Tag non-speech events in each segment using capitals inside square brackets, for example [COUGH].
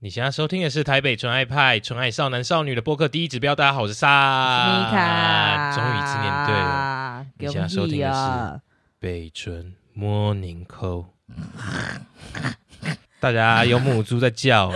你现在收听的是台北纯爱派纯爱少男少女的播客第一指标。大家好，我是沙，米卡，啊终于一次念对了。你给我现们在收听屁的啊是！北纯 Morning Call，大家有母猪在叫，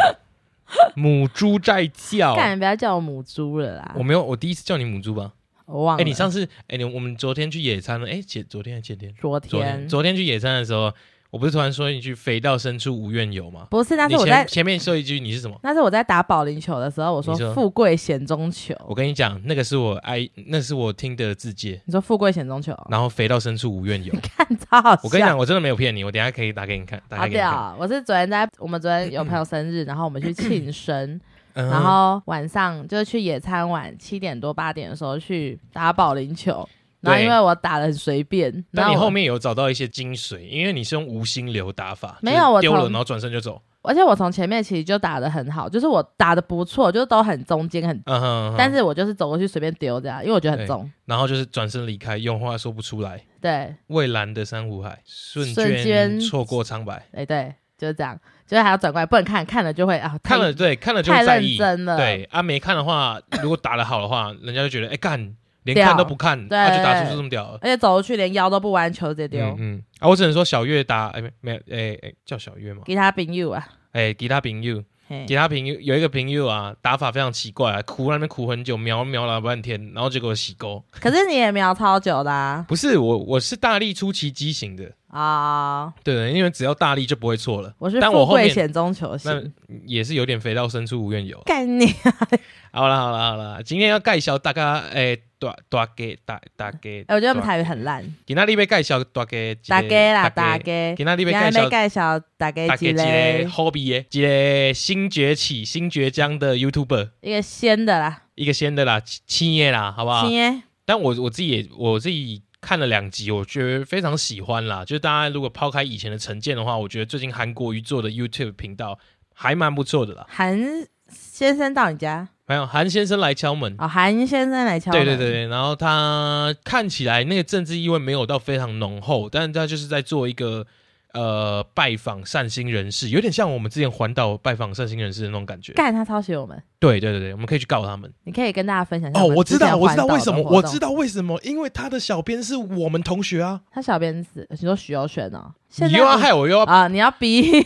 母猪在叫。干，不要叫我母猪了啦我，没有，我第一次叫你母猪吧？我忘哎、了。你上次哎、你我们昨天去野餐了，哎、前昨天还前天？昨昨天天昨天去野餐的时候，我不是突然说一句“肥到深处无怨尤”吗？不是，那是你我前在前面说一句你是什么？那是我在打保龄球的时候，我说你说富贵险中求。我跟你讲，那个是我爱，那是我听的字界，你说富贵险中求，然后肥到深处无怨尤。看超哦 [LAUGHS] 好笑。我跟你讲，我真的没有骗你，我等一下可以打给你看，打好开给你看。屌！我是昨天在我们昨天有朋友生日，然后我们去庆生，嗯然后晚上就是去野餐晚七点多八点的时候去打保龄球，然后对因为我打的很随便，然但后你我后面有找到一些精髓，因为你是用无心流打法，没就是有我丢了从然后转身就走。而且我从前面其实就打的很好，就是我打的不错，就是都很中间很，嗯哼嗯哼但是我就是走过去随便丢这样，因为我觉得很重。然后就是转身离开，用话说不出来。对，蔚蓝的珊瑚海，瞬瞬间错过苍白。哎对，就是这样，就是还要转过来，不能看，看了就会啊， [LAUGHS] 看了太对，看了就太会在认意。真了，对啊，没看的话，如果打得好的话，人家就觉得哎干，连屌看都不看，啊对他就打出这么屌了。而且走过去连腰都不弯，球直接丢，嗯嗯，啊，我只能说小月打哎没没哎哎叫小月嘛，给他冰 you 啊，哎吉他朋友，嘿吉他朋友有一个朋友啊，打法非常奇怪啊，苦那边苦很久，瞄瞄了半天，然后结果洗钩。可是你也瞄超久啊啦不是我，我是大力出奇机型的，啊、对的，因为只要大力就不会错了。我是但我富后面贵险中求那型，也是有点肥到深处无怨尤。概念。好啦好啦好啦，今天要介绍大家诶，大大家大大家，哎，我觉得我们台语很烂，今仔日要介绍大家一个大家啦，大家，家，今仔日你要还介没绍介绍大家大家几一嘞个？hobby 的，一个新崛起、新崛江的 YouTuber，一个鲜的啦，一个先的啦，青叶啦，好不好？青耶，但我我自己也我自己看了两集，我觉得非常喜欢啦。就是大家如果抛开以前的成见的话，我觉得最近韩国瑜做的 YouTube 频道还蛮不错的啦。韩先生到你家还有韩先生来敲门。哦，韩先生来敲对对门，对，对，然后他看起来那个政治意味没有到非常浓厚，但是他就是在做一个呃拜访善心人士，有点像我们之前环岛拜访善心人士的那种感觉。干他抄袭我们，对对对对对，我们可以去告他们。你可以跟大家分享一下哦，们我知之道，前我知道环岛为什么，的活我动知道为什么，因为他的小编是我们同学啊。他小编是你说许攸瑄哦，现你在又要不害我，又要啊，你要逼，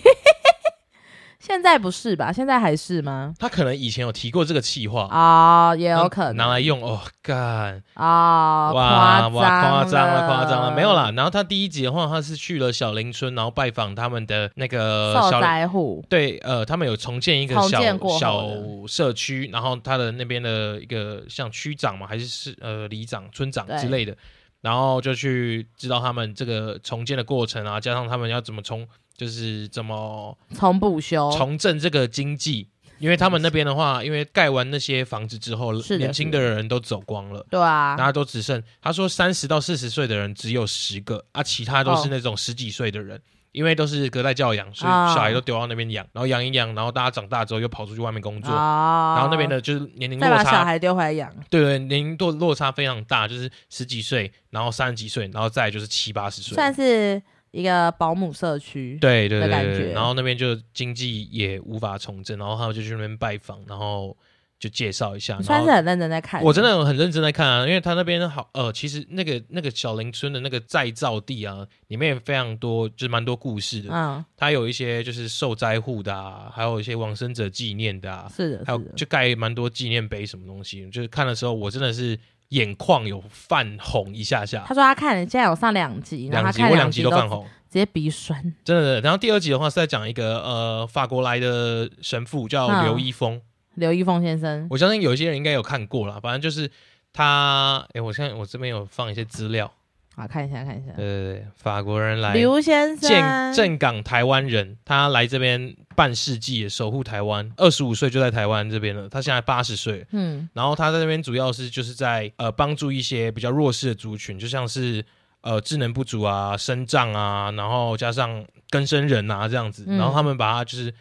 现在不是吧？现在还是吗？他可能以前有提过这个气话，哦，也那有可拿能来用哦，干哦，哇哇夸夸张了夸张了，了，没有。啦。然后他第一集的话，他是去了小林村，然后拜访他们的那个受呃小林灾户，对呃，他们有重建一个重小建过后小的社区，然后他的那边的一个像区长嘛，还是是呃里长、村长对之类的，然后就去知道他们这个重建的过程啊，加上他们要怎么重，就是怎么从补修，重振这个经济，因为他们那边的话，因为盖完那些房子之后，是的年轻的人都走光了。对啊大，家都只剩他说三十到四十岁的人只有十个啊，其他都是哦那种十几岁的人，因为都是隔代教养，所以啊小孩都丢到那边养，然后养一养，然后大家长大之后又跑出去外面工作，哦，然后那边的就是年龄再落把小差，孩丢回来养，对对，年龄落落差非常大，就是十几岁，然后三十几岁，然后再来就是七八十岁，算是一个保姆社区。对对的对感对，觉然后那边就经济也无法重振，然后他们就去那边拜访，然后就介绍一下，你啊然算后是很认真在看，我真的有很认真在看啊，因为他那边好呃，其实那个那个小林村的那个再造地啊，里面也非常多，就是蛮多故事的。嗯，它有一些就是受灾户的啊，还有一些往生者纪念的啊，是的，还有是的，就盖蛮多纪念碑什么东西。就是看的时候，我真的是眼眶有泛红一下下他，说他看了，现在有上两集，然两后他集看我两集集都泛直红，接鼻酸。真的。然后第二集的话是在讲一个呃法国来的神父叫嗯刘一峰，刘一峰先生，我相信有一些人应该有看过啦，反正就是他，哎，我现在我这边有放一些资料。好看一下，看一下，呃，法国人来刘先建生，正港台湾人，他来这边半世纪也守护台湾，二十五岁就在台湾这边了，他现在八十岁了，嗯，然后他在这边主要是就是在呃帮助一些比较弱势的族群，就像是呃智能不足啊、身障啊，然后加上更生人啊这样子，嗯然后他们把他就是。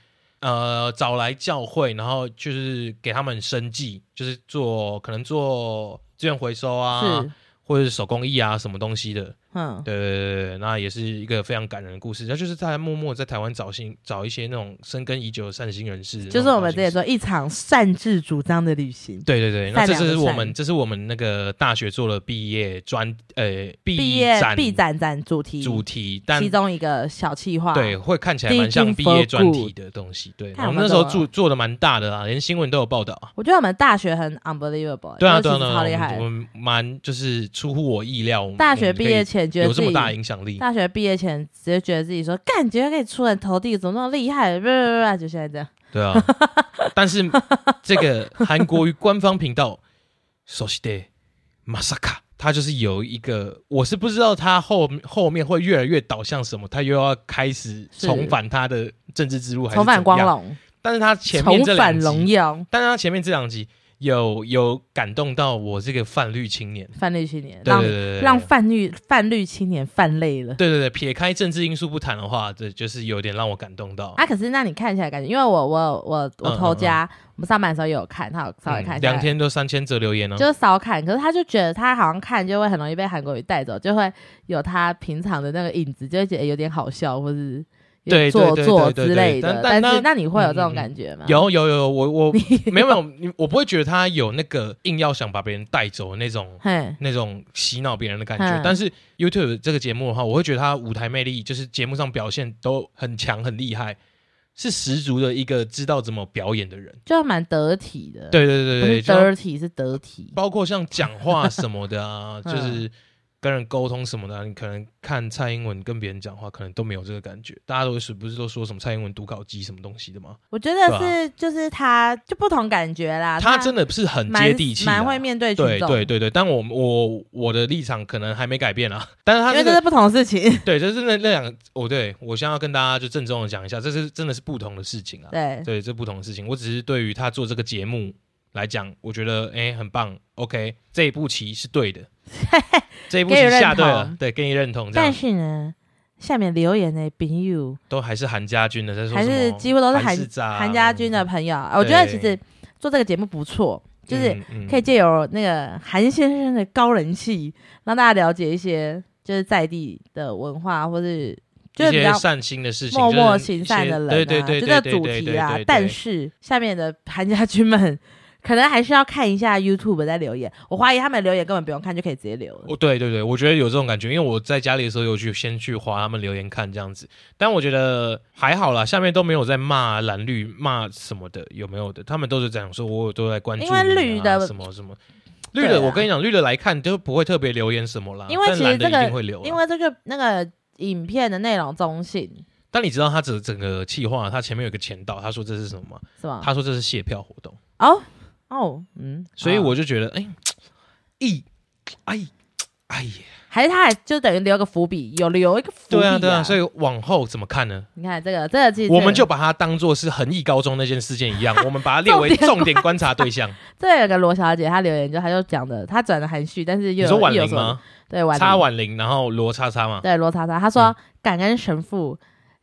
呃，找来教会，然后就是给他们生计，就是做可能做资源回收啊，是或者是手工艺啊，什么东西的，嗯，对对对对对，那也是一个非常感人的故事。那就是在默默在台湾找新找一些那种深耕已久的善心人士，就是我们这之前说一场擅自主张的旅行，对对对，那善这良的是我善们这是我们那个大学做了毕业专呃毕毕业展毕展展主题，主题，但其中一个小企划，对，会看起来 Digging 蛮像 for 毕业专题的东西。对，太我好们那时候了做做的蛮大的啊，连新闻都有报道啊。我觉得我们大学很 unbelievable，对啊，就对啊，对是啊，超我厉们害我。们蛮就是出乎我意料。大我们学可以毕业前觉得有这自么己，大的影响力，大学毕业前直接觉得自己说，干，觉得可以出人头地，怎么那么厉害？不不不不，就现在这样。对啊。 [LAUGHS] 但是这个韩国语官方频道 s o s h i d e Masaka，它就是有一个，我是不知道它后后面会越来越导向什么，它又要开始是重返它的政治之路，还是重返怎光样？荣，但是它前面重这返两集荣耀，但是他前面这两集有有感动到我这个泛绿青年，范绿青年，对让对对对，让泛绿泛绿青年泛累了。对对对，撇开政治因素不谈的话，这就是有点让我感动到。啊，可是那你看起来感觉，因为我我我嗯我嗯偷家，我们上班的时候也有看，他有稍微嗯看一下，两天都三千则留言呢、哦就是少看，可是他就觉得他好像看就会很容易被韩国语带走，就会有他平常的那个影子，就会觉得有点好笑或是有对对点做对作对对之类对的。但但但是那你会有这嗯种嗯感觉吗？有有有，我我 [LAUGHS] 没有没有，你我不会觉得他有那个硬要想把别人带走的那种 [LAUGHS] 嘿，那种洗脑别人的感觉。嗯但是 YouTube 这个节目的话，我会觉得他舞台魅力就是节目上表现都很强很厉害，是十足的一个知道怎么表演的人。就蛮得体的。对对对对对，不就是是 dirty 是得体。包括像讲话什么的 [LAUGHS] 啊，就嗯是跟人沟通什么的啊、你可能看蔡英文跟别人讲话，可能都没有这个感觉。大家都是不是都说什么蔡英文读稿机什么东西的吗？我觉得对是就是他就不同感觉啦，他真的是很啊蛮接地气、啊，蛮会面对群对众，对对对，但我我我的立场可能还没改变啊， [LAUGHS] 但是他因为这这个是不同的 [LAUGHS] 事情。对，就是那那两个哦，对我现在要跟大家就郑重的讲一下，这是真的是不同的事情啊，对，对，这不同的事情。我只是对于他做这个节目来讲，我觉得哎、诶很棒，OK，这一步棋是对的， [LAUGHS] 这一步棋下对给予认了同，对，给你认同，这但样是呢，下面留言的朋友都还是韩家军的在说什么，还是几乎都是韩啊韩韩家嗯军的，朋友啊，我觉得其实做这个节目不错，就是嗯嗯可以借由那个韩先生的高人气，让大家了解一些就是在地的文化，或是就是一比些较善心的事情，默默就是一行善些的人、啊，对对对，就对这对主对题对啊。对但对是下面的韩家军们 [LAUGHS] 可能还是要看一下 YouTube 在留言，我怀疑他们的留言根本不用看就可以直接留了。哦，对对对，我觉得有这种感觉，因为我在家里的时候有去先去划他们留言看这样子，但我觉得还好啦，下面都没有在骂蓝绿骂什么的，有没有的？他们都是这样说，我有都在关注、因啊，为绿的什么什么，对绿的、啊我跟你讲，绿的来看就不会特别留言什么啦，因为但其实蓝的这个一定会留啦，啊因为这个那个影片的内容中性但你知道他整整个企划，他前面有一个前导，他说这是什么吗？是吧？他说这是卸票活动，哦哦，嗯，所以哦我就觉得，哎、咦，哎，哎呀，还是他还就等于留个伏笔，有留一个伏笔、对啊对啊，所以以往后怎么看呢？你看这个这个其实我们就把它当做是恒毅高中那件事件一 [LAUGHS] 样，我们把它列为重点观察对象。这有个罗小姐，她留言就她就讲的，她转的含蓄，但是又你有说婉又有玲什么吗？对婉擦玲，婉嗯玲，然后罗叉叉嘛。对罗查查，她说、感恩神父，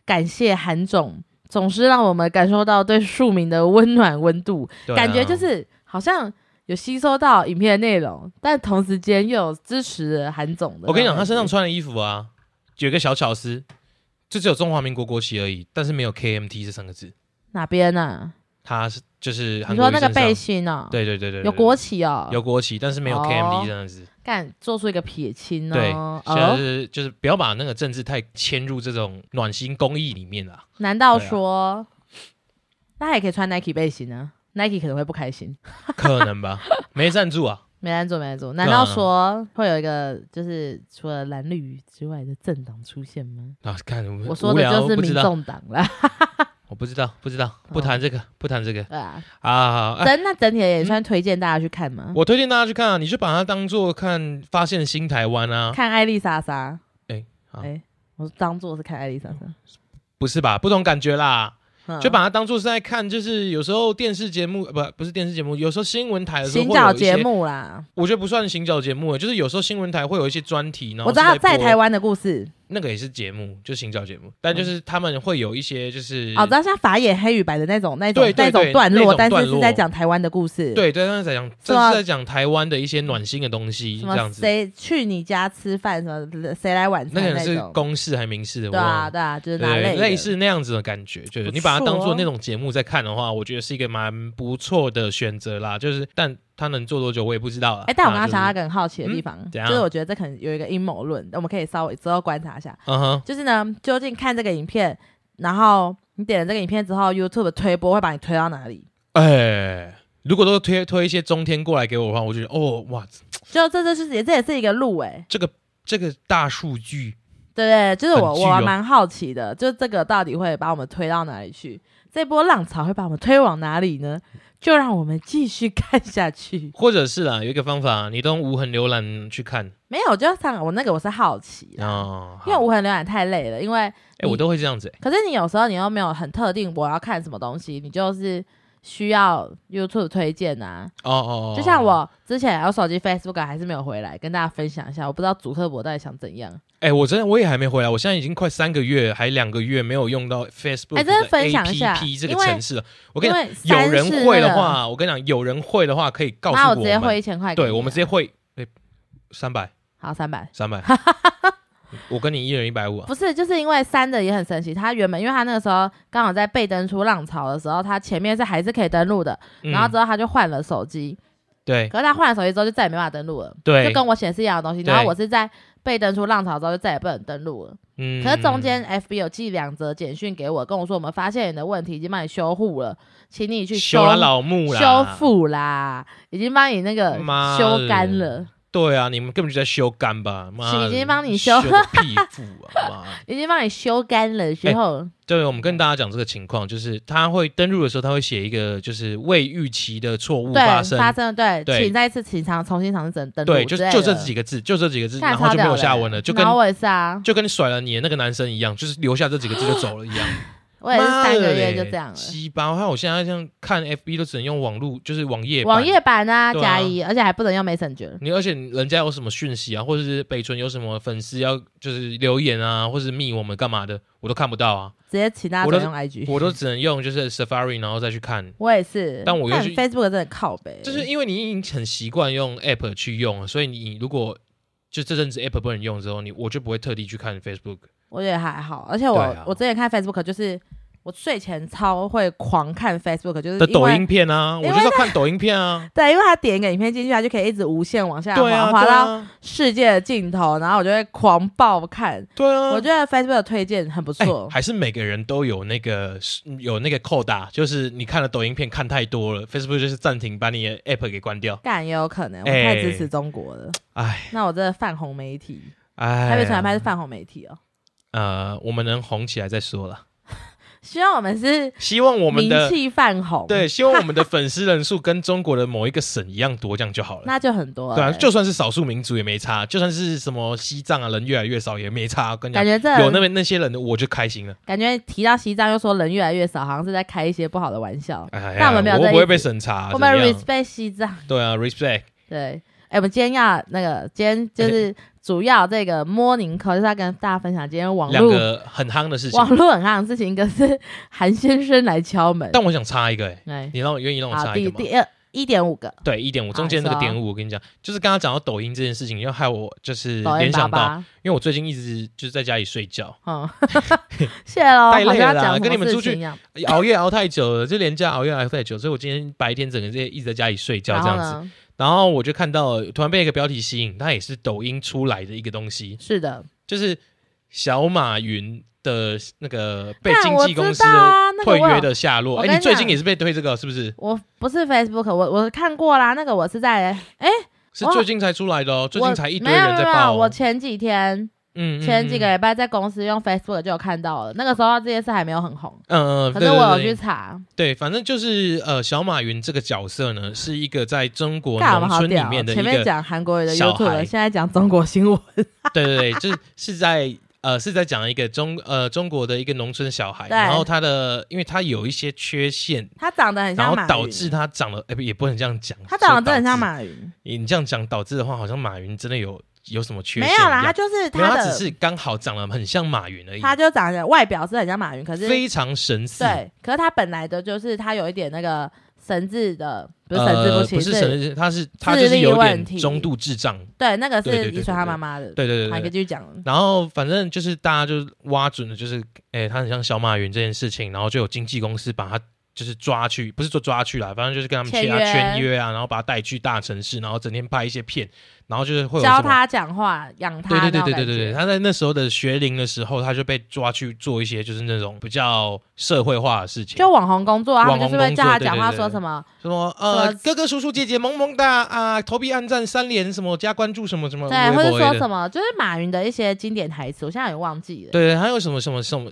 感谢韩总，总是让我们感受到对庶民的温暖温度，对啊感觉就是好像。有吸收到影片的内容，但同时间又有支持韩总的。我跟你讲，他身上穿的衣服啊，有一个小巧思，就只有中华民国国旗而已，但是没有 KMT 这三个字。哪边呢、他是就是韩你国说瑜那个身上背，心哦、，对对对对，对有国旗哦、有国旗，但是没有哦 KMT 这样子。干做出一个撇清对哦。现在哦，是就是不要把那个政治太牵入这种暖心公益里面啦。难道对啊说、那他也可以穿 Nike 背心呢？Nike 可能会不开心，可能 [LAUGHS] 吧？没赞助啊？没人做，没人做。难道说会有一个就是除了蓝绿之外的政党出现吗？啊，看我们我说无的聊就是不民知道众党啦，我不知道，不知道，不谈这个，不谈这个对 [LAUGHS] 啊。啊！哎整那整体也算推荐大家去看吗？我推荐大家去看啊，你就把它当做看发现新台湾啊，看艾丽莎莎，哎好哎我当做是看艾丽莎莎，不是吧？不同感觉啦，嗯就把它当做是在看，就是有时候电视节目，呃不不是电视节目，有时候新闻台的时候行会有脚一些节，目啦。我觉得不算行脚节目，就是有时候新闻台会有一些专题，然后我知道是在在播台，湾的故事，那个也是节目，就行脚节目，但就是他们会有一些就是哦，知道像法眼黑与白的那种那种对对那种对段那落，种但段是是落在讲台湾的故事。，对对，但是在讲，是这吗是在讲台湾的一些暖心的东西，什这么样子。谁去你家吃饭，什么谁来晚那餐可能是种。公式还民式的，我对忘啊，了。对啊，就是对哪类对，的类似那样子的感觉，就是不你把它当错做哦那种节目在看的话，我觉得是一个蛮不错的选择啦。就是，但他能做多久我也不知道啊。哎，但我那刚刚就是想到一，个很好奇的地嗯方，怎就样是我觉得这可能有一个阴谋论，我们可以稍微之后观察一下。嗯哼，就是呢，究竟看这个影片，然后你点了这个影片之后，YouTube 推播会把你推到哪里？哎，如果都推推一些中天过来给我的话，我就觉得哦，哇，就这这是也这也是一个路哎、这个这个大数据，对对，就是我、很具我哦还蛮好奇的，就这个到底会把我们推到哪里去？这波浪潮会把我们推往哪里呢？就让我们继续看下去。或者是啦，有一个方法，你都用无痕浏览去看没有，就上我那个我是好奇啦，啊，因为好无痕浏览太累了，因为哎，我都会这样子，哎可是你有时候你又没有很特定我要看什么东西，你就是需要 YouTube 推荐啊。哦哦，哦就像，我之前我手机 Facebook 还是没有回来，跟大家分享一下，我不知道主特博到底想怎样。哎，我真的我也还没回来，我现在已经快三个月还两个月没有用到 Facebook 哎真的分享一下 APP 这个因为城市了。我跟因你讲，为三有是人会那的个，话，我跟你讲，有人会的话可以告诉那我我直接汇们，一千块给你啊，对我们直接会，哎，三百好三百。三 [LAUGHS] 百，我跟你一人一百五啊，不是，就是因为三的也很神奇。他原本因为他那个时候刚好在被登出浪潮的时候，他前面是还是可以登录的，嗯然后之后他就换了手机，对可是他换了手机之后就再也没办法登录了，就对，跟我显示一样的东西。对然后我是在被登出浪潮之后就再也不能登录了。嗯可是中间 FB 有寄两则简讯给我，跟我说我们发现你的问题已经帮你修护了，请你去修了老木啦，修复啦，已经帮你那个妈修的干了，对啊，你们根本就在修干吧？妈的，已经帮你修个屁股啊！妈 [LAUGHS] 的已经帮你修干了之哎后。对，我们跟大家讲这个情况，就是他会登录的时候，他会写一个就是未预期的错误对，发生，了，对，对请再一次请尝重新尝试登登录对，就之类就的这几个字，就这几个字，看然后超就没屌有的下欸文了，就跟然后我也是啊，就跟你甩了你的那个男生一样，就是留下这几个字就走了一样。 [LAUGHS] 我也是妈三的个月嘞就这样了。鸡巴！我看我现在这样看 FB 都只能用网络，就是网页版网页。版啊，对啊加一，而且还不能用 Messenger。你而且人家有什么讯息啊，或者是北村有什么粉丝要就是留言啊，或是密我们干嘛的，我都看不到 [LAUGHS] 啊。直接请大家我转都用 IG。我都只能用就是 Safari，然后再去看。我也是，但我又看是 Facebook 真的靠北，就是因为你已经很习惯用 App 去用了，所以你如果就这阵子 App 不能用之后，你我就不会特地去看 Facebook。我觉得还好。而且我、对啊我之前看 Facebook 就是我睡前超会狂看 Facebook，就是的嗯因抖为音片啊，我因为就是要看抖音片 [LAUGHS] 啊。对，因为他点一个影片进去，他就可以一直无限往下滑，对啊，滑对到啊，世界的尽头，然后我就会狂暴看。对啊。我觉得 Facebook 的推荐很不哎错，还是每个人都有那个有那个扣打，就是你看了抖音片看太多了，Facebook 就是暂停把你的 App 给关掉。干也有可能，我哎太支持中国了。哎那我真的泛红媒体，哎，台北传媒派是泛红媒体哦。呃，我们能红起来再说了。希望我们是希望我们名的气泛红，对，，希望我们的粉丝人数跟中国的某一个省一样多，这样就好了。那就很多了对啊，欸就算是少数民族也没差，就算是什么西藏啊，人越来越少也没差。跟你感讲，觉这有那边那些人，我就开心了。感觉提到西藏又说人越来越少，好像是在开一些不好的玩笑。哎但呀，我们没有在不一会起被审查，我怎么们样？ respect 西藏，对啊，respect。对。哎、我们今天要那个，今天就是主要这个 morning call，就是要跟大家分享今天网两络个很夯的事情网，络很夯的事情，一个是韩先生来敲门，但我想插一个、欸，哎，你让我愿意让我好，插一个第吗？第二一点五个，对，一点五好中间那个你说点五，我跟你讲，就是刚刚讲到抖音这件事情，要害我就是抖联音八想到，八，因为我最近一直就是在家里睡觉，嗯， [LAUGHS] 谢喽，太累好像要了啦讲什跟你么们事出去情一样哎熬夜熬太久了，就连假熬夜熬太久，所以我今天白天整个这一直在家里睡觉然这后样子。呢？然后我就看到突然被一个标题吸引，它也是抖音出来的一个东西，是的，就是小马云的那个被但经我纪知公司道啊那个退我有约的下落。我哎、跟你最你近讲也是被推这个是不是？我不是 Facebook，我我看过啦，那个我是在哎，是我最近才出来的哦，最近我才一堆没有人在没有没报有哦、我前几天嗯前几，嗯个礼拜在公司用 Facebook 就有看到了，那个时候这件事还没有很红，嗯嗯，可对是对我有对去查，对，反正就是呃，小马云这个角色呢，是一个在中国干农我们好村里屌哦，面的一前面个，讲韩国语的小 YouTube，孩现在讲中国新闻， [LAUGHS] 对对对，就是是在呃是在讲一个中呃中国的一个农村小孩，对然后他的因为他有一些缺陷，他长得很然像后马云，导致他长得哎、不也不能这样讲，他长得真的很说导像致，马云，你这样讲导致的话，好像马云真的有有什么缺陷没一有样。啦，他就是没有他他的，只是刚好长得很像马云而已，他就长得外表是很像马云，可是非常神似。对，可是他本来的就是他有一点那个神智的，不是神志呃，清，不是神志，他是他智就是力有问点题中度智障。对，那个对对是对对遗传他对妈妈的。对对好，对你可对。以继续讲了。然后反正就是大家就是挖准了，就是哎、他很像小马云这件事情，然后就有经纪公司把他就是抓去，不是说抓去了，反正就是跟他们签签啊约签约啊，然后把他带去大城市，然后整天拍一些片，然后就是会有教什么他讲话，养他对那对种对对感觉。对对对，他在那时候的学龄的时候，他就被抓去做一些就是那种比较社会化的事情，就网红工作啊，他网们就红是会工叫作他对讲对话，对说对什么什么呃说哥哥叔叔姐姐萌萌哒啊，投币按赞三连什么加关注什么什么，对，或者说什么。么，就是马云的一些经典台词，我现在也忘记了。对，还有什么什么什么，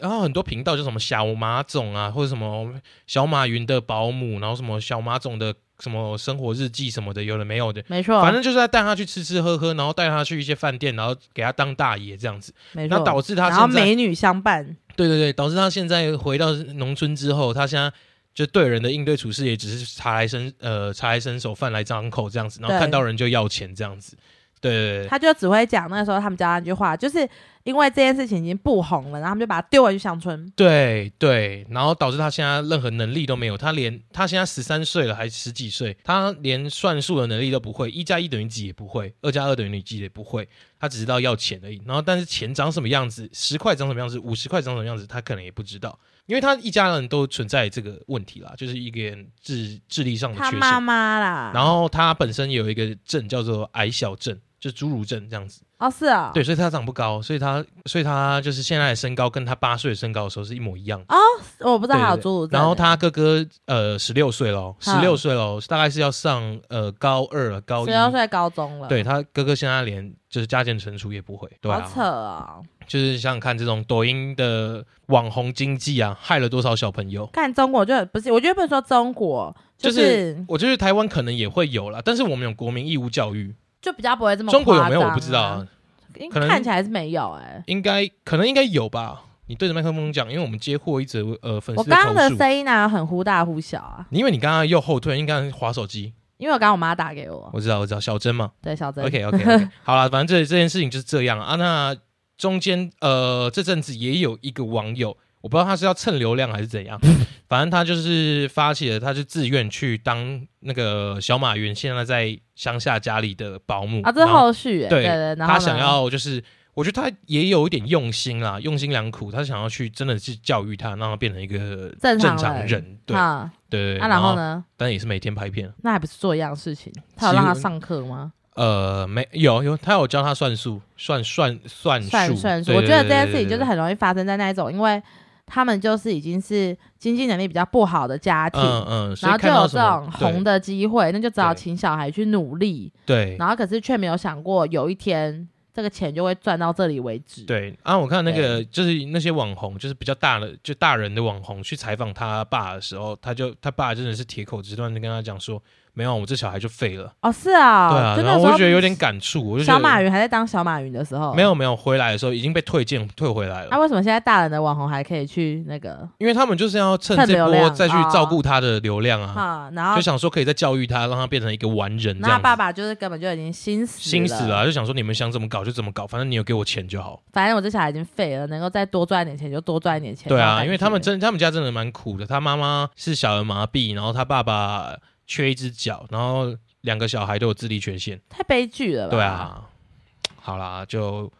然后很多频道就什么小马总啊，或者什么小马云的保姆，然后什么小马总的什么生活日记什么的，有的没有的，没错，反正就是在带他去吃吃喝喝，然后带他去一些饭店，然后给他当大爷这样子，没那错。导致他然后现在美女相伴，对对对，导致他现在回到农村之后，他现在就对人的应对处事也只是茶来伸呃茶来伸手，饭来张口这样子，然后对看到人就要钱这样子。对对对他就只会讲那时候他们教他一句话，就是因为这件事情已经不红了，然后他们就把他丢回去乡村。对对，然后导致他现在任何能力都没有，他连他现在十三岁了，还十几岁，他连算术的能力都不会，一加一等于几也不会，二加二等于几也不会，他只知道要钱而已。然后但是钱长什么样子，十块长什么样子，五十块长什么样子，他可能也不知道，因为他一家人都存在这个问题啦，就是一个人智智力上的他缺妈陷。妈啦，然后他本身有一个症叫做矮小症，就是侏儒症这样子。哦是啊，对，所以他长不高，所以他所以他就是现在的身高跟他八岁的身高的时候是一模一样的。我不知道还有对对对侏儒症欸。然后他哥哥呃十六岁喽，十嗯六岁喽，大概是要上呃高二了，高一十。六岁高中了，对他哥哥现在连就是加减乘除也不会，对好啊扯，啊！就是想想看这种抖音的网红经济啊，害了多少小朋友。看中国就不是，我觉得不能说中国，就就是是我觉得台湾可能也会有啦，但是我们有国民义务教育，就比较不会这么中国有夸没有我张不知道啊啊，，应可能看起来是没有哎。应该可能应该有吧。你对着麦克风讲，因为我们接获一则呃粉我丝刚刚的投诉，声音呢很忽大忽小啊，因为你刚刚又后退，你刚刚划手机，因为我刚刚我妈打给我，我知道我知道，小珍嘛对小珍 OK，OK，OK，，OK OK OK，好了，反正这这件事情就是这样啊。那中间呃这阵子也有一个网友，我不知道他是要蹭流量还是 [LAUGHS] 怎样，反正他就是发起了，他就自愿去当那个小马云现在在乡下家里的保姆啊，这是然后后续欸，对对，然后他呢想要就是，我觉得他也有一点用心啦，用心良苦，他想要去真的去教育他，让他变成一个正正常常人人，对啊，对对。啊然后？呢，但也是每天拍片，啊那还不是做一样事情？他其有实让他我上课吗？呃，没有有，他有教他算数，算算算数，算算数，对我觉得对这件对事情对就是对很容易发生在那一种，因为他们就是已经是经济能力比较不好的家庭。嗯嗯，所然以后就看到有什这么种红的机会，那就只好请小孩去努力，对然后可是却没有想过有一天这个钱就会赚到这里为止。，对啊，我看那个就是那些网红，就是比较大的，就大人的网红去采访他爸的时候，他就他爸真的是铁口直断的跟他讲说，没有，我这小孩就废了。哦，是啊，对啊，就然那后时我候就觉得有点感触，我就觉小得马云还在当小马云的时候，没。有没有回来的时候已经被退件退回来那、了，为什么现在大人的网红还可以去那个因为他们就是要趁蹭这流波量再去哦照顾他的流量啊，啊？然后就想说可以再教育他，让他变成一个完人这然后样他爸子。爸就是根本就已经心死心死了啊、就想说你们想怎么搞就怎么搞，反正你有给我钱就好。反正我这小孩已经废了，能够再多赚一点钱就多赚一点钱。对那种感啊，觉因为他们真他们家真的蛮苦的，他妈妈是小儿麻痹，然后他爸爸缺一只脚，然后两个小孩都有智力缺陷。太悲剧了吧？对，啊，好啦，就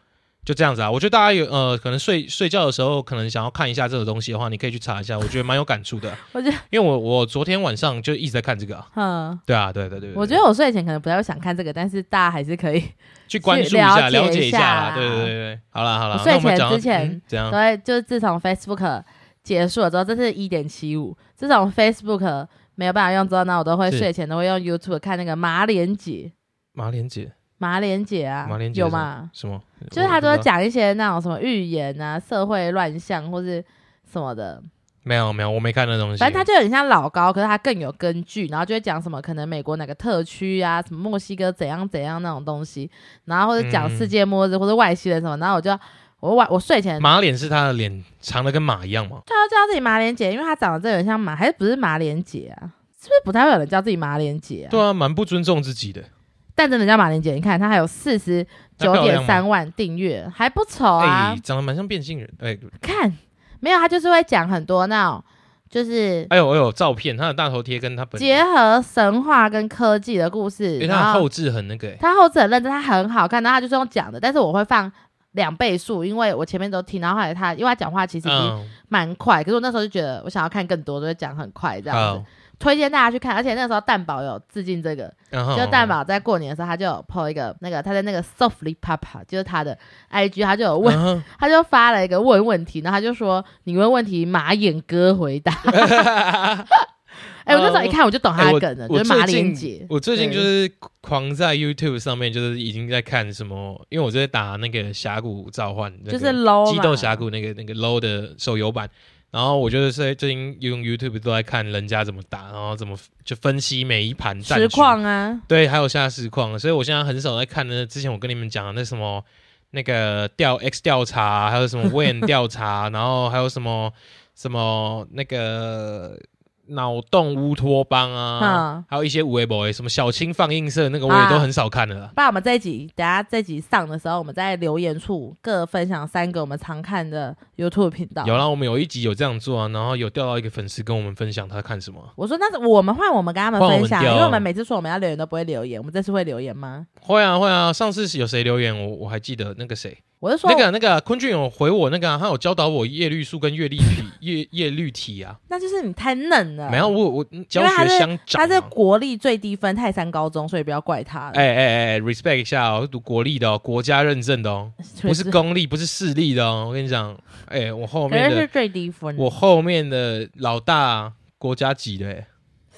就这样子啊。我觉得大家有呃，可能睡睡觉的时候，可能想要看一下这个东西的话，你可以去查一下，我觉得蛮有感触的啊。 [LAUGHS] 我觉得，因为我我昨天晚上就一直在看这个、啊。嗯，对啊，对对对对我觉对得我睡前可能不太会想看这个，但是大家还是可以，去关注一去下，了了解解一一下下啦啦。对对对对，好啦好啦我，那睡我们前讲到之前嗯怎样？所以就是自从 Facebook 结束了之后，这是一点七五，自从 Facebook 没有办法用之后呢，我都会是睡前都会用 YouTube 看那个马莲姐，马莲姐马莲姐啊，马莲姐有是什么吗？什么？就是他我不都知会道讲一些那种什么预言啊、社会乱象或是什么的，没有没有，我没看那东西。反正他就很像老高，可是他更有根据，然后就会讲什么可能美国哪个特区啊，什么墨西哥怎样怎样那种东西，然后或者讲嗯世界末日或者外星人什么，然后我就我晚我睡前。马脸是他的脸长得跟马一样嘛？他叫自己马莲姐，因为他长得真的很像马，还是不是马莲姐啊？是不是不太会有人叫自己马莲姐啊？对啊，蛮不尊重自己的。但真的叫马玲姐，你看她还有四十她九漂亮点吗三万订阅，还不丑啊。哎，长得蛮像变性人，哎，看，没有，她就是会讲很多那种，就是哎呦哎呦，照片，他的大头贴跟他本人，结合神话跟科技的故事。因为然他的后哎后置很那个，哎他后置很认真，他很好看，然后他就是用讲的，但是我会放两倍速，因为我前面都听，然后后来他因为他讲话其实已经嗯，蛮快，可是我那时候就觉得我想要看更多，所以讲很快这样子好。，推荐大家去看，而且那时候蛋宝有致敬这个，然后就蛋宝在过年的时候他就有 po 一个那个他在那个 Softly Papa 就是他的 IG，他就有问，嗯 [LAUGHS] 哼他就发了一个问问题，然后他就说你问问题马眼哥 [LAUGHS] 回答。哎、我那时候一看我就懂他哎的我梗了，就我是马最近连姐。我最近对就是狂在 YouTube 上面，就是已经在看什么，因为我在打那个峡谷召唤，那就是个 low 激斗嘛峡谷那个那个 low 的手游版。然后我就是在最近用 YouTube 都在看人家怎么打，然后怎么就分析每一盘战实局，况啊，对，还有下实况。所以我现在很少在看呢。之前我跟你们讲的那什么那个调 X 调查，还有 [LAUGHS] 什么 Win 调查，然后还有什么什么那个脑洞乌托邦啊，嗯还有一些无为 boy 什么小青放映社那个我也都很少看了啦。不然我们这一集，等下这集上的时候，我们在留言处各分享三个我们常看的 YouTube 频道。有啦，我们有一集有这样做啊，然后有调到一个粉丝跟我们分享他看什么，我说那是我们换我们跟他们换我们分享，掉因为我们每次说我们要留言都不会留言，我们这次会留言吗？会啊会啊。上次是有谁留言我我还记得那个谁，我就说那个那个坤俊有回我那个、啊，他有教导我叶绿素跟叶 [LAUGHS] 绿体叶叶绿体啊，那就是你太嫩了，没有，我我教学相长、啊。啊他是国立最低分泰山高中，所以不要怪他了。 [LAUGHS] 哎哎哎哎，respect 一下哦，读国立的哦，国家认证的哦，所以不是公立，不是私立的哦。我跟你讲，哎，我后可面是是嗯的最低分。我后面的老大国家级的，哎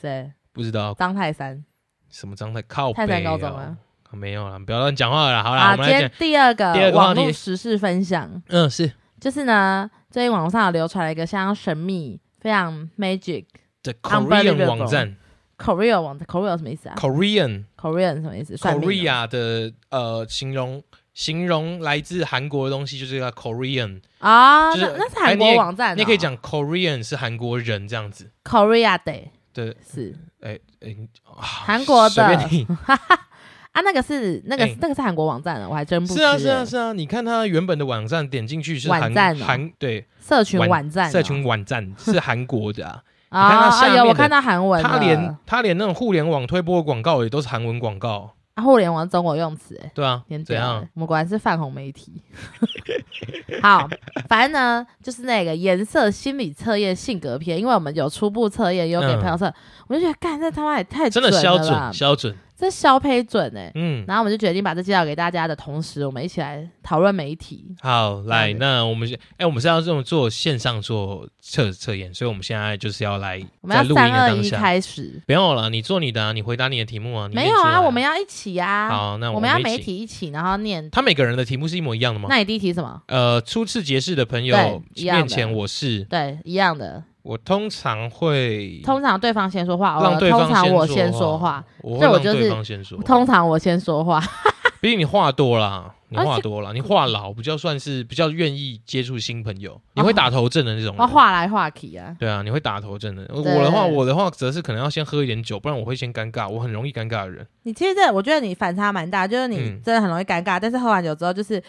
谁？不知道张泰山，什么张太靠泰山北高中哦啊。没有啦，不要乱讲话了啦。好啦，啊，我今们来天讲，第二个第二个话网题络时事分享，嗯，是就是呢，最近网络上有流传了一个相当神秘、非常 magic The Unbelievable Korean 网站 Korea 网 Korea 什么意思啊 Korean ？Korean 什么意思？算命啊 Korea 的呃形容形容来自韩国的东西就是叫 Korean，啊，就是那那是哎韩你国也网站哦，你也可以讲 Korean 是韩国人这样子。 Korea Day 对，是哎哎，啊韩国的随便你啊，那个是那个哎那个是韩国网站的，我还真不是啊知是啊欸是啊，你看它原本的网站点进去是网韩站哦韩对社群网网站哦，社群网 [LAUGHS] 站是韩国的啊，啊看它下啊面有我的看到韩文的，它连它连那种互联网推播的广告也都是韩文广告，啊互联网中国用词哎。对啊天，怎屌样欸？我们果然是泛红媒体。 [LAUGHS] 好，反正呢，就是那个颜色心理测验性格篇，因为我们有初步测验，也有给嗯朋友测，我就觉得干这他妈也太真的准消了吧准消准，这消胚准哎、嗯，然后我们就决定把这介绍给大家的同时，我们一起来讨论媒体。好，来，子那我们先哎，我们是要这种做线上做测测验，所以我们现在就是要来我们在要录音三的二当一下，开始，不要了，你做你的啊，你回答你的题目啊，你没念有出来啊，我们要一起啊，好，那们要一媒起，体一起，然后念。他每个人的题目是一模一样的吗？那你第一题什么？呃，初次结识的朋友对一样的面前，我是对，一样的。我通常会通常对方先说话，让哦对方通常我先说说话，，我所以我会就让是对方先说。通哦常我先说嗯话。毕竟你话多啦，你而且话多啦，你话痨，比较算是比较愿意接触新朋友，你会打头阵的那种哦我人。画来画去啊。对啊，你会打头阵的。我的话，我的话则是可能要先喝一点酒，不然我会先尴尬，我很容易尴尬的人。你其实这我觉得你反差蛮大，就是你嗯真的很容易尴尬，但是喝完酒之后就是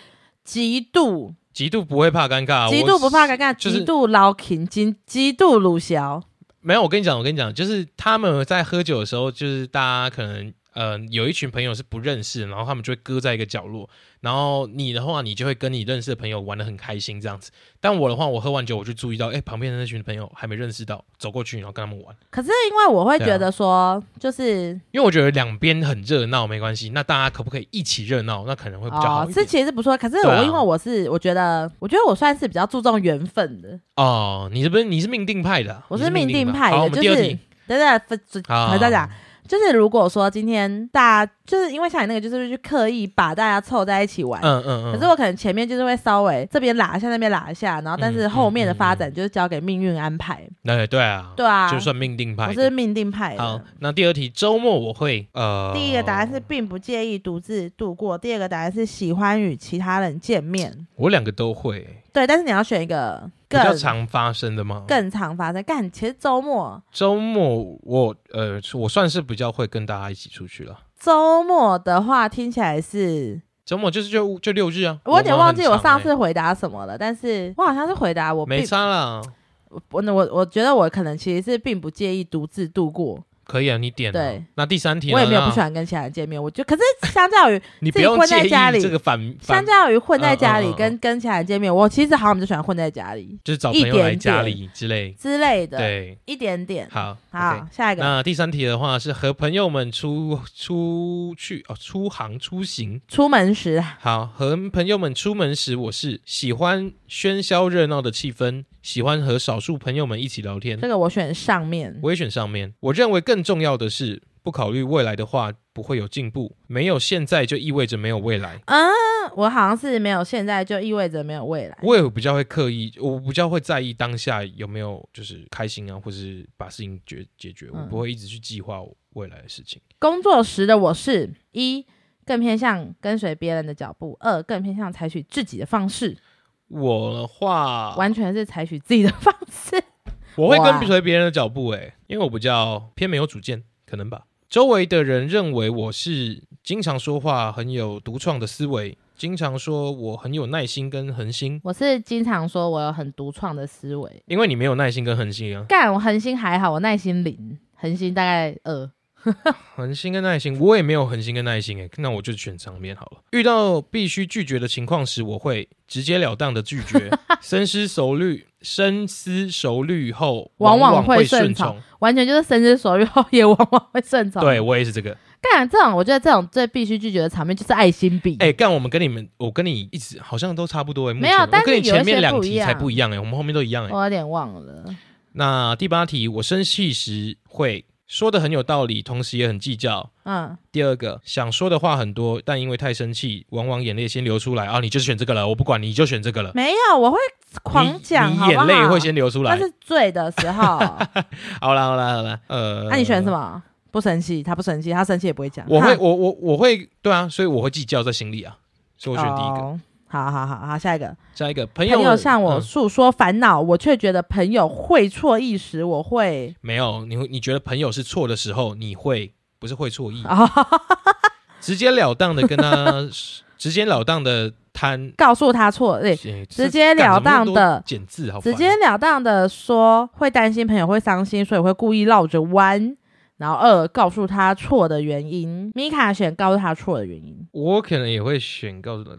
极度、极度不会怕尴尬，极啊我度不怕尴尬，就是极度捞勤，极极度鲁小。没有，我跟你讲，我跟你讲，就是他们在喝酒的时候，就是大家可能呃有一群朋友是不认识，然后他们就会搁在一个角落，然后你的话，你就会跟你认识的朋友玩的很开心这样子。但我的话，我喝完酒我就注意到，哎，旁边的那群朋友还没认识到，走过去然后跟他们玩，可是因为我会对啊觉得说，就是因为我觉得两边很热闹没关系，那大家可不可以一起热闹？那可能会比较好哦一，是点。其实是不错。可是对啊我因为我是我觉得，我觉得我算是比较注重缘分的，哦，你是不是你是命定派的啊？我你是是命定派好，我的，们就第二是题。等等，分分好，大家就是如果说今天大家就是因为像你那个，就是去刻意把大家凑在一起玩，嗯嗯嗯。可是我可能前面就是会稍微这边拉一下，那边拉一下，然后但是嗯后面的嗯发嗯展就是交给命运安排。对对啊，对啊，就算命定派我的。是命定派好的。，那第二题，周末我会呃，第一个答案是并不介意独自度过，第二个答案是喜欢与其他人见面。我两个都会，对，但是你要选一个比更较常发生的嘛。更常发生。干，其实周末周末我呃，我算是比较会跟大家一起出去了。周末的话听起来是，周末就是就就六日啊。我有点忘记我上次欸回答什么了，但是我好像是回答我并没差啦，我我我觉得我可能其实是并不介意独自度过，可以啊，你点啊对。那第三题呢，我也没有不那喜欢跟其他人见面，我就可是相较于你不自己用关在介意家里这个反相 [LAUGHS] 反，较于混在家嗯嗯里嗯跟跟其他人见面，我其实好像就喜欢混在家里就是找朋友来家一里之类。之类的，对，一点点。好，好 OK，下一个那第三题的话是和朋友们出出去哦，出行出行。出门时啊好，和朋友们出门时，我是喜欢喧嚣热闹的气氛，喜欢和少数朋友们一起聊天这。个我选上面，我也选上面。我认为更重要的是，不考虑未来的话，不会有进步。没有现在就意味着没有未来。嗯，我好像是没有现在就意味着没有未来。我也比较会刻意，我比较会在意当下有没有就是开心啊，或是把事情解解决。我嗯不会一直去计划我未来的事情。工作时的我是一更偏向跟随别人的脚步，二更偏向采取自己的方式，我的话，完全是采取自己的方式。 [LAUGHS] 我会哇跟随别人的脚步、欸，因为我比较偏没有主见，可能吧。周围的人认为我是经常说话，很有独创的思维，经常说我很有耐心跟恒心。我是经常说我有很独创的思维，因为你没有耐心跟恒心啊，干我恒心还好，我耐心零，恒心大概二。恒心跟耐心，我也没有恒心跟耐心诶，啊那我就选上面好了。遇到必须拒绝的情况时，我会直截了当的拒 [LAUGHS] 绝，深思熟虑，深思熟虑后，往往往会会顺顺从。完全就是深思熟虑后也往往会顺从。对，我也是这个。干这种，我觉得这种最必须拒绝的场面就是爱心笔。哎、干，我们跟你们，我跟你一直好像都差不多哎、目没有前但我跟是你有一前面些两不一题才样哦不一样哎、我们后面都一样哎、我有点忘了，那第八题，我生气时会说的很有道理，同时也很计较。嗯，第二个，想说的话很多，但因为太生气，往往眼泪先流出来啊！你就选这个了，我不管，你就选这个了。没有，我会 [LAUGHS] 狂讲，你好你不好眼泪会先流出来。那呃是醉的时 [LAUGHS] 候。好啦好啦好啦，呃，那、你选什？么？不生气，他不生气，他生气也不会讲。我会哈我我我会对啊，所以我会计较在心里啊，所以我选第一个。哦好好好好，下一个下一个朋友朋友向我嗯诉说烦恼，我却觉得朋友会错意时，我会没有，你会你觉得朋友是错的时候，你会不是会错意，啊、直截了当的跟他直截了当的摊， [LAUGHS] 告诉他错，对，哎直截了这干什么那当么的多简字好烦啊直截了当的说会担心朋友会伤心，所以我会故意绕着弯。然后二告诉他错的原因，米卡选告诉他错的原因。我可能也会选告诉他，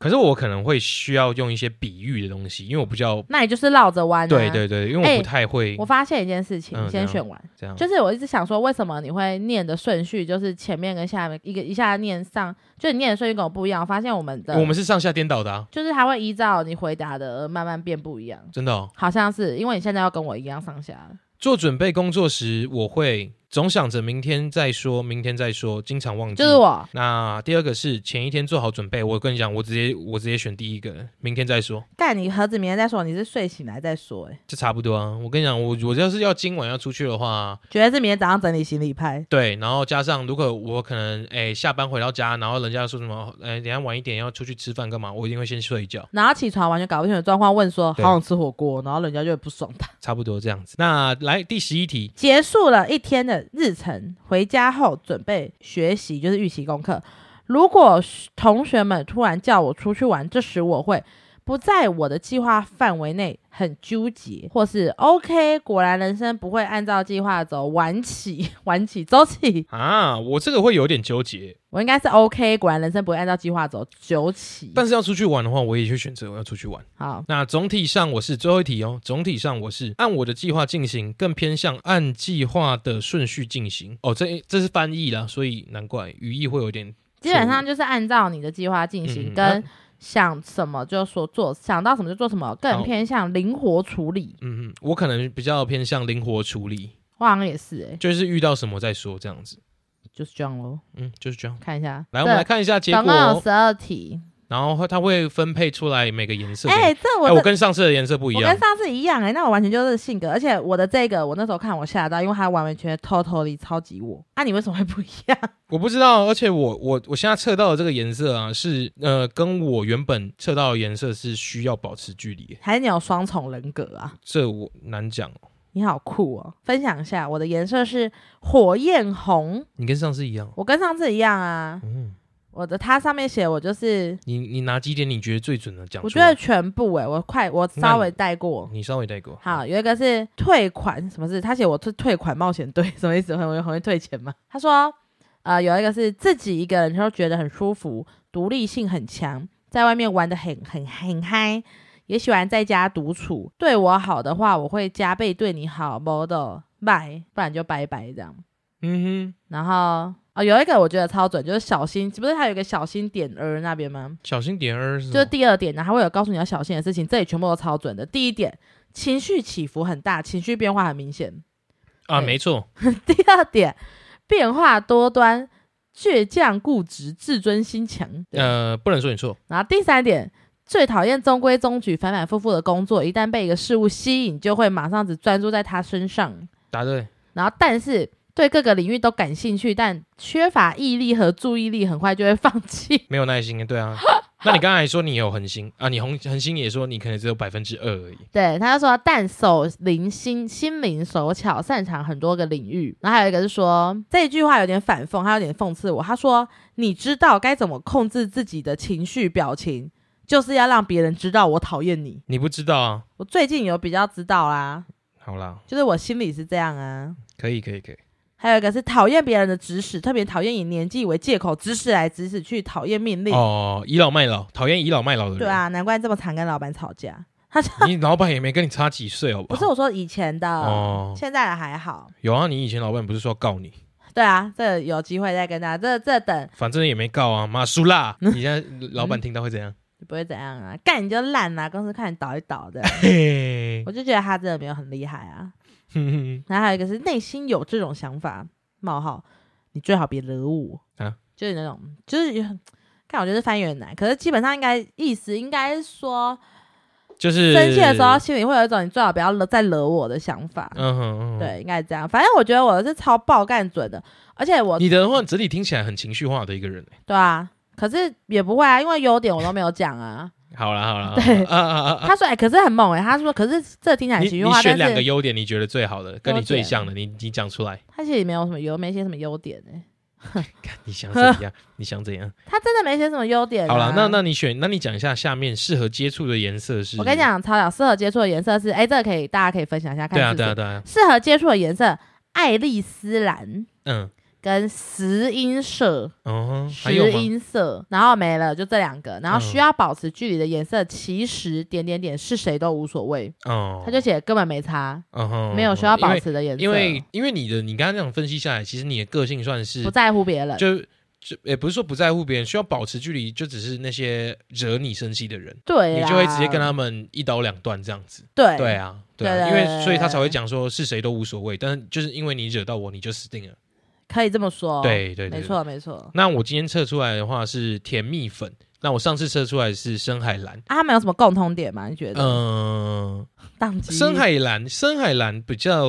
可是我可能会需要用一些比喻的东西，因为我比较、那也就是绕着弯、啊。对，对对，因为我哎不太会我发现一件事情，嗯先怎样选完，这样。哎就是我一直想说，为什么你会念的顺序就是前面跟下面一个一下念上，就你念的顺序跟我不一样。我发现我们的我们是上下颠倒的、啊，就是它会依照你回答的而慢慢变不一样，真的、哦。好像是因为你现在要跟我一样上下了。做准备工作时，我会总想着明天再说，明天再说，经常忘记。就是我那第二个是前一天做好准备，我跟你讲，我直接我直接选第一个，明天再说，干你盒子，明天再说，你是睡醒来再说、欸，这差不多啊。我跟你讲，我我要是要今晚要出去的话，觉得是明天早上整理行李拍。对，然后加上如果我可能哎下班回到家，然后人家说什么哎等一下晚一点要出去吃饭干嘛，我一定会先睡一觉，然后起床完全搞不清楚状况，问说对好想吃火锅，然后人家就会不爽他。差不多这样子。那来第十一题，结束了一天的日程，回家后准备学习，就是预习功课。如果同学们突然叫我出去玩，这时我会不在我的计划范围内，很纠结，或是 OK，果然人生不会按照计划走，晚起晚起周起，啊，我这个会有点纠结，我应该是 OK，果然人生不会按照计划走，九起。但是要出去玩的话，我也去选择我要出去玩。好，那总体上我是最后一题哦，总体上我是按我的计划进行，更偏向按计划的顺序进行。哦，这这是翻译啦，所以难怪语义会有点基本上就是按照你的计划进行，嗯跟想什么就说做，想到什么就做什么，更好偏向灵活处理。嗯嗯，我可能比较偏向灵活处理，我好像也是、欸，就是遇到什么再说这样子。就是这样喽。嗯，就是这样。看一下，来，我们这来看一下结总果共有哦，十二题。然后会它会分配出来每个颜色。哎、哎，这我这、我跟上次的颜色不一我样跟。上次一样哎、那我完全就是性格，而且我的这个我那时候看我吓到，因为它完完全全 totally 超级我。啊，你为什么会不一样？ [LAUGHS] 我不知道，而且我我我现在测到的这个颜色啊，是呃跟我原本测到的颜色是需要保持距离，还是你有双重人格啊？这我难讲哦。你好酷哦！分享一下，我的颜色是火焰红，你跟上次一样。我跟上次一样啊。嗯，我的它上面写我就是，你你哪几点你觉得最准的讲我出觉得来？全部诶、我快我那稍你微带过。你稍微带过。好，有一个是退款，什么事？他写我是退款冒险队，什么意思？很会很会退钱吗？他说，呃，有一个是自己一个人就觉得很舒服，独立性很强，在外面玩的很很很嗨，也喜欢在家独处。对我好的话，我会加倍对你好，model 拜，不然就拜拜这样。嗯然后哦，有一个我觉得超准，就是小心，不是还有一个小心点儿那边吗？哼，小心点儿是就是吗第二点呢，还会有告诉你要小心的事情，这里全部都超准的。第一点，情绪起伏很大，情绪变化很明显。 [LAUGHS] 啊，对没错，第二点，变化多端，倔强固执，自尊心强。对呃，不能说你错，然后第三点，最讨厌中规中矩、反反复复的工作，一旦被一个事物吸引，就会马上只专注在它身上。答对。然后，但是对各个领域都感兴趣，但缺乏毅力和注意力，很快就会放弃。没有耐心，对啊。那你刚才说你有恒心啊，你恒恒心也说你可能只有百分之二而已。 [LAUGHS] 对，他就说，但手灵心心灵手巧，擅长很多个领域。然后还有一个是说，这句话有点反讽，他有点讽刺我。他说，你知道该怎么控制自己的情绪表情，就是要让别人知道我讨厌你。你不知道啊？我最近有比较知道啦，好啦，就是我心里是这样啊。可以，可以，可以。还有一个是讨厌别人的指使，特别讨厌以年纪为借口指使来指使去，讨厌命令。哦，倚老卖老，讨厌倚老卖老的人。对，啊，难怪这么常跟老板吵架。你老板也没跟你差几岁，好不不好？是我啊说以前的，哦，现在的还好。有啊，你以前老板不是说要告你，对啊，这有机会再跟大家，这这等反正也没告啊，妈输 [LAUGHS] 啦！你现在老板听到会怎样？不会怎样啊，干你就烂啊，公司看你倒一倒 [LAUGHS] 的。嘿，我就觉得他真的没有很厉害啊。哼哼然后还有一个是内心有这种想法，冒号，你最好别惹我啊，就是那种，就是有看我觉得翻译有点难，可是基本上应该意思应该是说，就是生气的时候，心里会有一种你最好不要惹再惹我的想法。嗯哼，嗯哼，对，应该是这样。反正我觉得我是超爆干准的，而且我你的话整体听起来很情绪化的一个人。对啊，可是也不会啊，因为优点我都没有讲啊。好啦，好啦， [LAUGHS] 对好啦啊啊啊啊！他说哎、可是很猛哎、他说可是这听起来很你情绪你化，选但两个是优点，你觉得最好的，跟你优最点像的，你你讲出 [LAUGHS] 来。他其实也没有什么优，没写什么优点哎、看你想怎 [LAUGHS] 样，你想怎样？他真的没写什么优点、啊。好了，那那你选，那你讲一下下面适合接触的颜色是？我跟你，讲，超小适合接触的颜色是哎、这个可以大家可以分享一下看对啊，是不对是啊，对啊，适合接触的颜色，爱丽丝蓝嗯，跟石英色。哦，还石有吗？英色，然后没了，就这两个。然后嗯需要保持距离的颜色，其实点点点是谁都无所谓。哦，他就写根本没差，嗯哼没有需要因保为持的颜色，因为因为你的你刚刚这样分析下来，其实你的个性算是不在乎别人。就就也不是说不在乎别人，需要保持距离，就只是那些惹你生气的人，对你啦，就会直接跟他们一刀两断这样子。对对啊，对啊，对因对为所以他才对会讲说是谁都无所谓，但是就是因为你惹到我，你就死定了。可以这么说。对对对，哦没对。错没错。那我今天测出来的话是甜蜜粉，那我上次测出来是深海蓝。啊，他们有什么共通点吗？你觉得？嗯、宕机深海蓝，深海蓝比较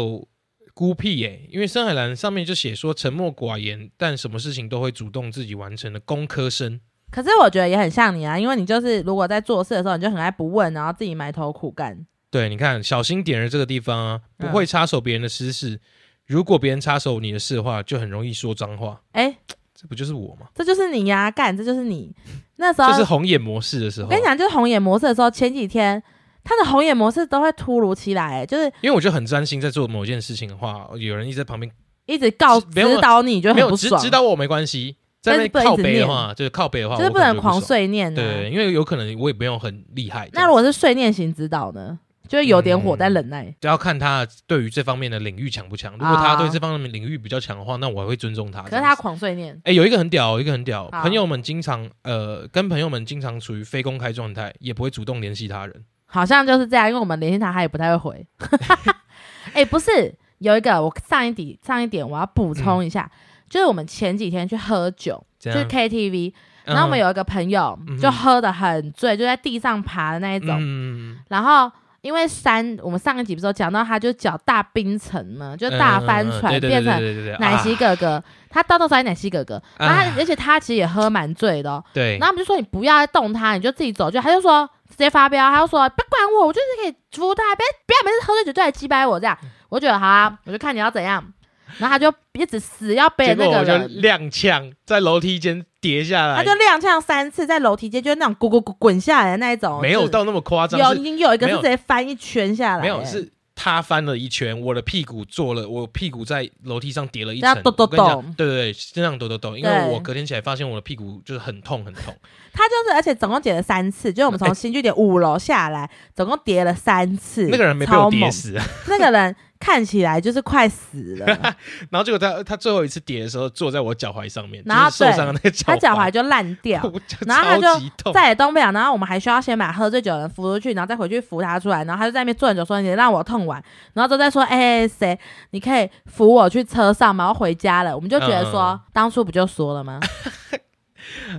孤僻耶、因为深海蓝上面就写说沉默寡言，但什么事情都会主动自己完成的工科生。可是我觉得也很像你啊，因为你就是如果在做事的时候，你就很爱不问，然后自己埋头苦干。对，你看小心点儿这个地方啊，不嗯会插手别人的私事。如果别人插手你的事的话，就很容易说脏话。哎，这不就是我吗？这就是你呀、干，这就是你。那时候这是红眼模式的时啊我候跟你啊，讲，就是红眼模式的时候，前几天他的红眼模式都会突如其来、就是因为我就很专心在做某件事情的话，有人一直在旁边一直告没有指导你，就没很有不指爽，指导我没关系，在那但边是靠不能一背直的念话，就是靠背的话，就是我不可能能狂爽。碎念、啊。对，因为有可能我也没有很厉害。那如果是碎念型指导呢，就会有点火嗯但忍耐。就要看他对于这方面的领域强不强。如果他对这方面的领域比较强的话，那我还会尊重他。啊可这是样他子，狂碎念，哎，有一个很屌，有一个很屌，好朋友们经常呃，跟朋友们经常处于非公开状态，也不会主动联系他人。好像就是这样，因为我们联系他，他也不太会回。 [LAUGHS] 哎、不是，有一个我上一点上一点我要补充一嗯下，就是我们前几天去喝酒，这就是样， KTV，然后我们有有一个朋友、啊嗯嗯哼就喝的很醉，就在地上爬的那一种，嗯，然后。因为山，我们上一集不是有讲到，他就脚大冰层嘛，就大翻嗯嗯嗯船，对对变成对对对对奶昔啊哥哥。他到到才奶昔哥哥，然后他、啊而且他其实也喝蛮醉的哦。对然后我们就说你不要再动他，你就自己走就。他就说直接发飙，他就说别管我，我就是可以服务大家，别不要每次喝醉酒就来击败我这嗯样。我觉得好啊，我就看你要怎样。然后他就一直死要背结果那我个就人，踉跄在楼梯间跌下他来就，踉跄三次，在楼梯间就是那种滚滚滚滚下来的那一种，没有就是到那么夸张，有是已经有一个没是有直接翻一圈下来，没有是他翻了一圈，我的屁股坐了，我屁股在楼梯上叠了一大层家，抖我抖跟你讲抖对对对，是这样抖抖抖，因对为我隔天起来发现我的屁股就是很痛很痛，他就是，而且总共叠了三次，就是我们从哎新据点五楼下来，总共叠了三次。那个人没被超我猛跌，死，啊那个人看起来就是快死 [LAUGHS] 了，然后结果他他最后一次跌的时候坐在我脚踝上面，然后就是受伤的那个脚，他脚踝就烂掉我就然后他就超级痛，再也动不了。然后我们还需要先把喝醉酒的人扶出去，然后再回去扶他出来。然后他就在那边坐很久，说：“你让我痛完。”然后都在说：“哎、谁，你可以扶我去车上吗？我回家了。”我们就觉得说，嗯当初不就说了吗？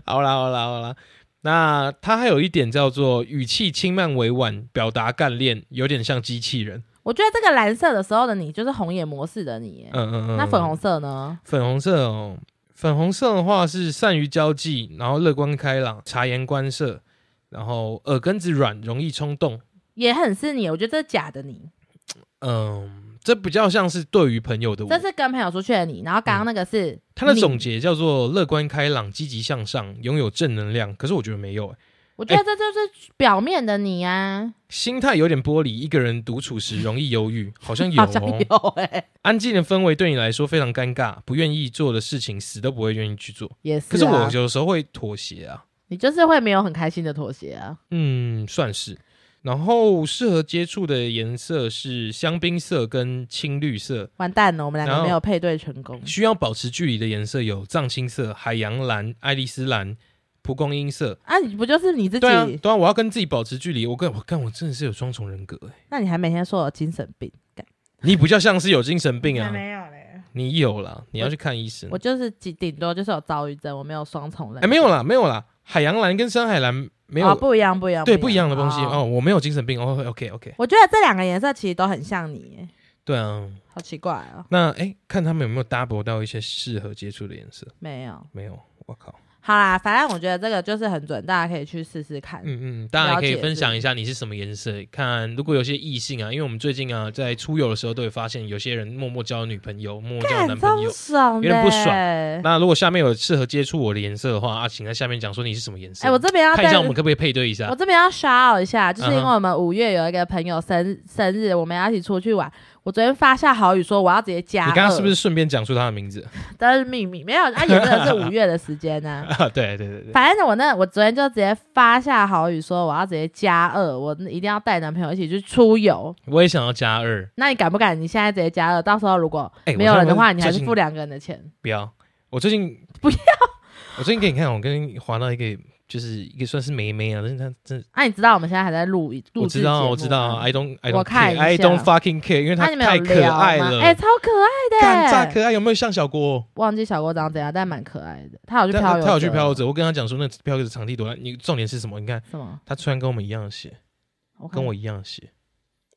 好啦好啦好啦，那他还有一点叫做语气轻慢委婉，表达干练，有点像机器人。 [LAUGHS] 我觉得这个蓝色的时候的你，就是红眼模式的你耶。嗯嗯嗯。那粉红色呢？粉红色哦，粉红色的话是善于交际，然后乐观开朗，察言观色，然后耳根子软，容易冲动。也很是你，我觉得这是假的你。嗯，这比较像是对于朋友的这我。是跟朋友出去的你，然后刚嗯刚那哎个是、他的总，结叫做乐观开朗、积极向上、拥有正能量。可是我觉得没有、欸，我觉得这就是表面的你啊，心态有点玻璃，一个人独处时容易忧郁，好像有 [LAUGHS] 好像哦。有哎、安静的氛围对你来说非常尴尬，不愿意做的事情死都不会愿意去做。也是、啊。可是我有时候会妥协啊，你就是会没有很开心的妥协啊，嗯，算是。然后适合接触的颜色是香槟色跟青绿色，完蛋了，我们两然个后没有配对成功。需要保持距离的颜色有藏青色、海洋蓝、爱丽丝蓝、蒲公英色。啊，你不就是你自己？对啊，对啊，我要跟自己保持距离。我跟我看我真的是有双重人格欸、那你还每天说我精神病？你比较像是有精神病啊，有嘞，你有啦，你要去看医生我。就是顶顶多就是有躁郁症，我没有双重人。哎，没有啦，没有啦，海洋蓝跟深海蓝没有哦，不一样，不一样，对不一样的东西哦哦，我没有精神病哦，OK OK，我觉得这两个颜色其实都很像你耶，对啊，好奇怪哦。那哎，看他们有没有搭 e 到一些适合接触的颜色，没有，没有，我靠，好啦，反正我觉得这个就是很准，大家可以去试试看。嗯嗯，大家也可了以解分享一下你是什么颜色，看如果有些异性啊，因为我们最近啊在出游的时候都会发现有些人默默交女朋友，默默交干男哎超朋友。爽的，有点不爽哎那如果下面有适合接触我的颜色的话啊，请在下面讲说你是什么颜色，哎、我这边要看一再下我们可不可以配对一我下。这边要 shout out 一下，就是因为嗯哼我们五月有一个朋友生日生日，我们要一起出去玩。我昨天发下好语说我要直接加你二，刚刚是不是顺便讲出他的名字？但是秘密没有，啊，也真的是五月的时间呢、 [LAUGHS] 啊，对对对对，反正我那我昨天就直接发下好语说我要直接加二，我一定要带男朋友一起去出游。我也想要加 [LAUGHS] 二，那你敢不敢？你现在直接加二，到时候如果哎我没有人的话，真的是你还是最近付两个人的钱。不要，我最近不要。 [LAUGHS] 我最近给你看，我跟你划到一个，就是一个算是妹妹啊，但是她真的，那、你知道我们现在还在录一录我制知道，节我目知道吗，I don't I 我 don't 看 care, I 一下 don't fucking care，因为那、她你们太有可聊吗？爱了，哎、超可爱干的，炸可爱，有没有像小郭？忘记小郭长怎样，但蛮可爱的。他有去她漂游她者，她有去漂游者，我跟她讲说那漂游者场地多大，你重点是什么？你看什么？她穿跟我们一样的鞋，我看跟我一样的鞋，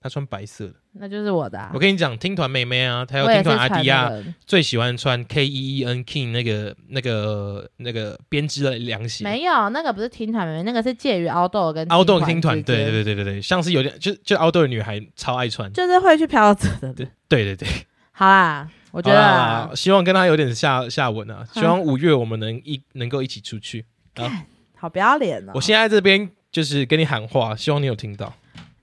她穿白色的。那就是我的、嗯啊我。跟你讲，听团妹妹啊，还有我也听是团阿传迪啊，人，最喜欢穿 K E E N King 那个那个那个编织的凉鞋，没有那个不是听团妹妹，那个是介于凹豆跟凹洞听团，对对对，对对对对，像是有点就就凹洞的女孩超爱穿，就是会去漂子的。对对对对，好啦，我我觉得啊啊，希望跟她有点下下文啊，嗯希望五月我们能一能够一起出去。好不要脸哦我。现在这边就是跟你喊话，希望你有听到。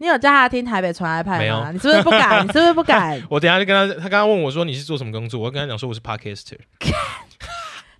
你有叫他听台北传爱派没吗？有你是不是不 [LAUGHS] 敢？你是不是不敢？我等一下就跟她，她刚刚问我说你是做什么工作，我跟她讲说我是 podcaster，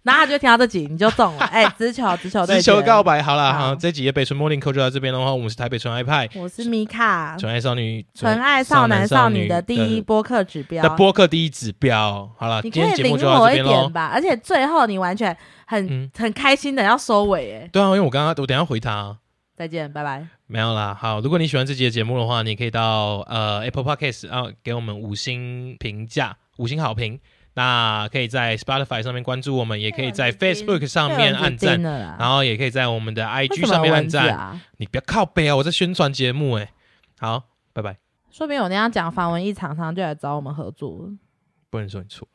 然后他就听到这集，你就 [LAUGHS] 中了。哎，直球，直球对直决，球告白。好啦，好好，这几页北村 morning call 就到这边的话，我们是台北纯爱派，我是米卡，纯爱少女，纯爱少男少女的第一播客指标的。播客第一指标。好了，你今可以天节领目就到我这一边喽点。吧，而且最后你完全很嗯很开心的要收尾，哎，对啊，因为我刚刚我等一下回她啊。再见，拜拜。没有啦，好，如果你喜欢这集的节目的话，你可以到呃 Apple Podcast 啊、给我们五星评价、五星好评。那可以在 Spotify 上面关注我们，也可以在被蚊子叮 Facebook 上面按赞，了啦。然后也可以在我们的啊为 IG 什么上面按蚊子赞。啊。你不要靠背啊，我在宣传节目哎、好，拜拜，说明我那样讲，防蚊疫厂商就来找我们合作了。不能说你错。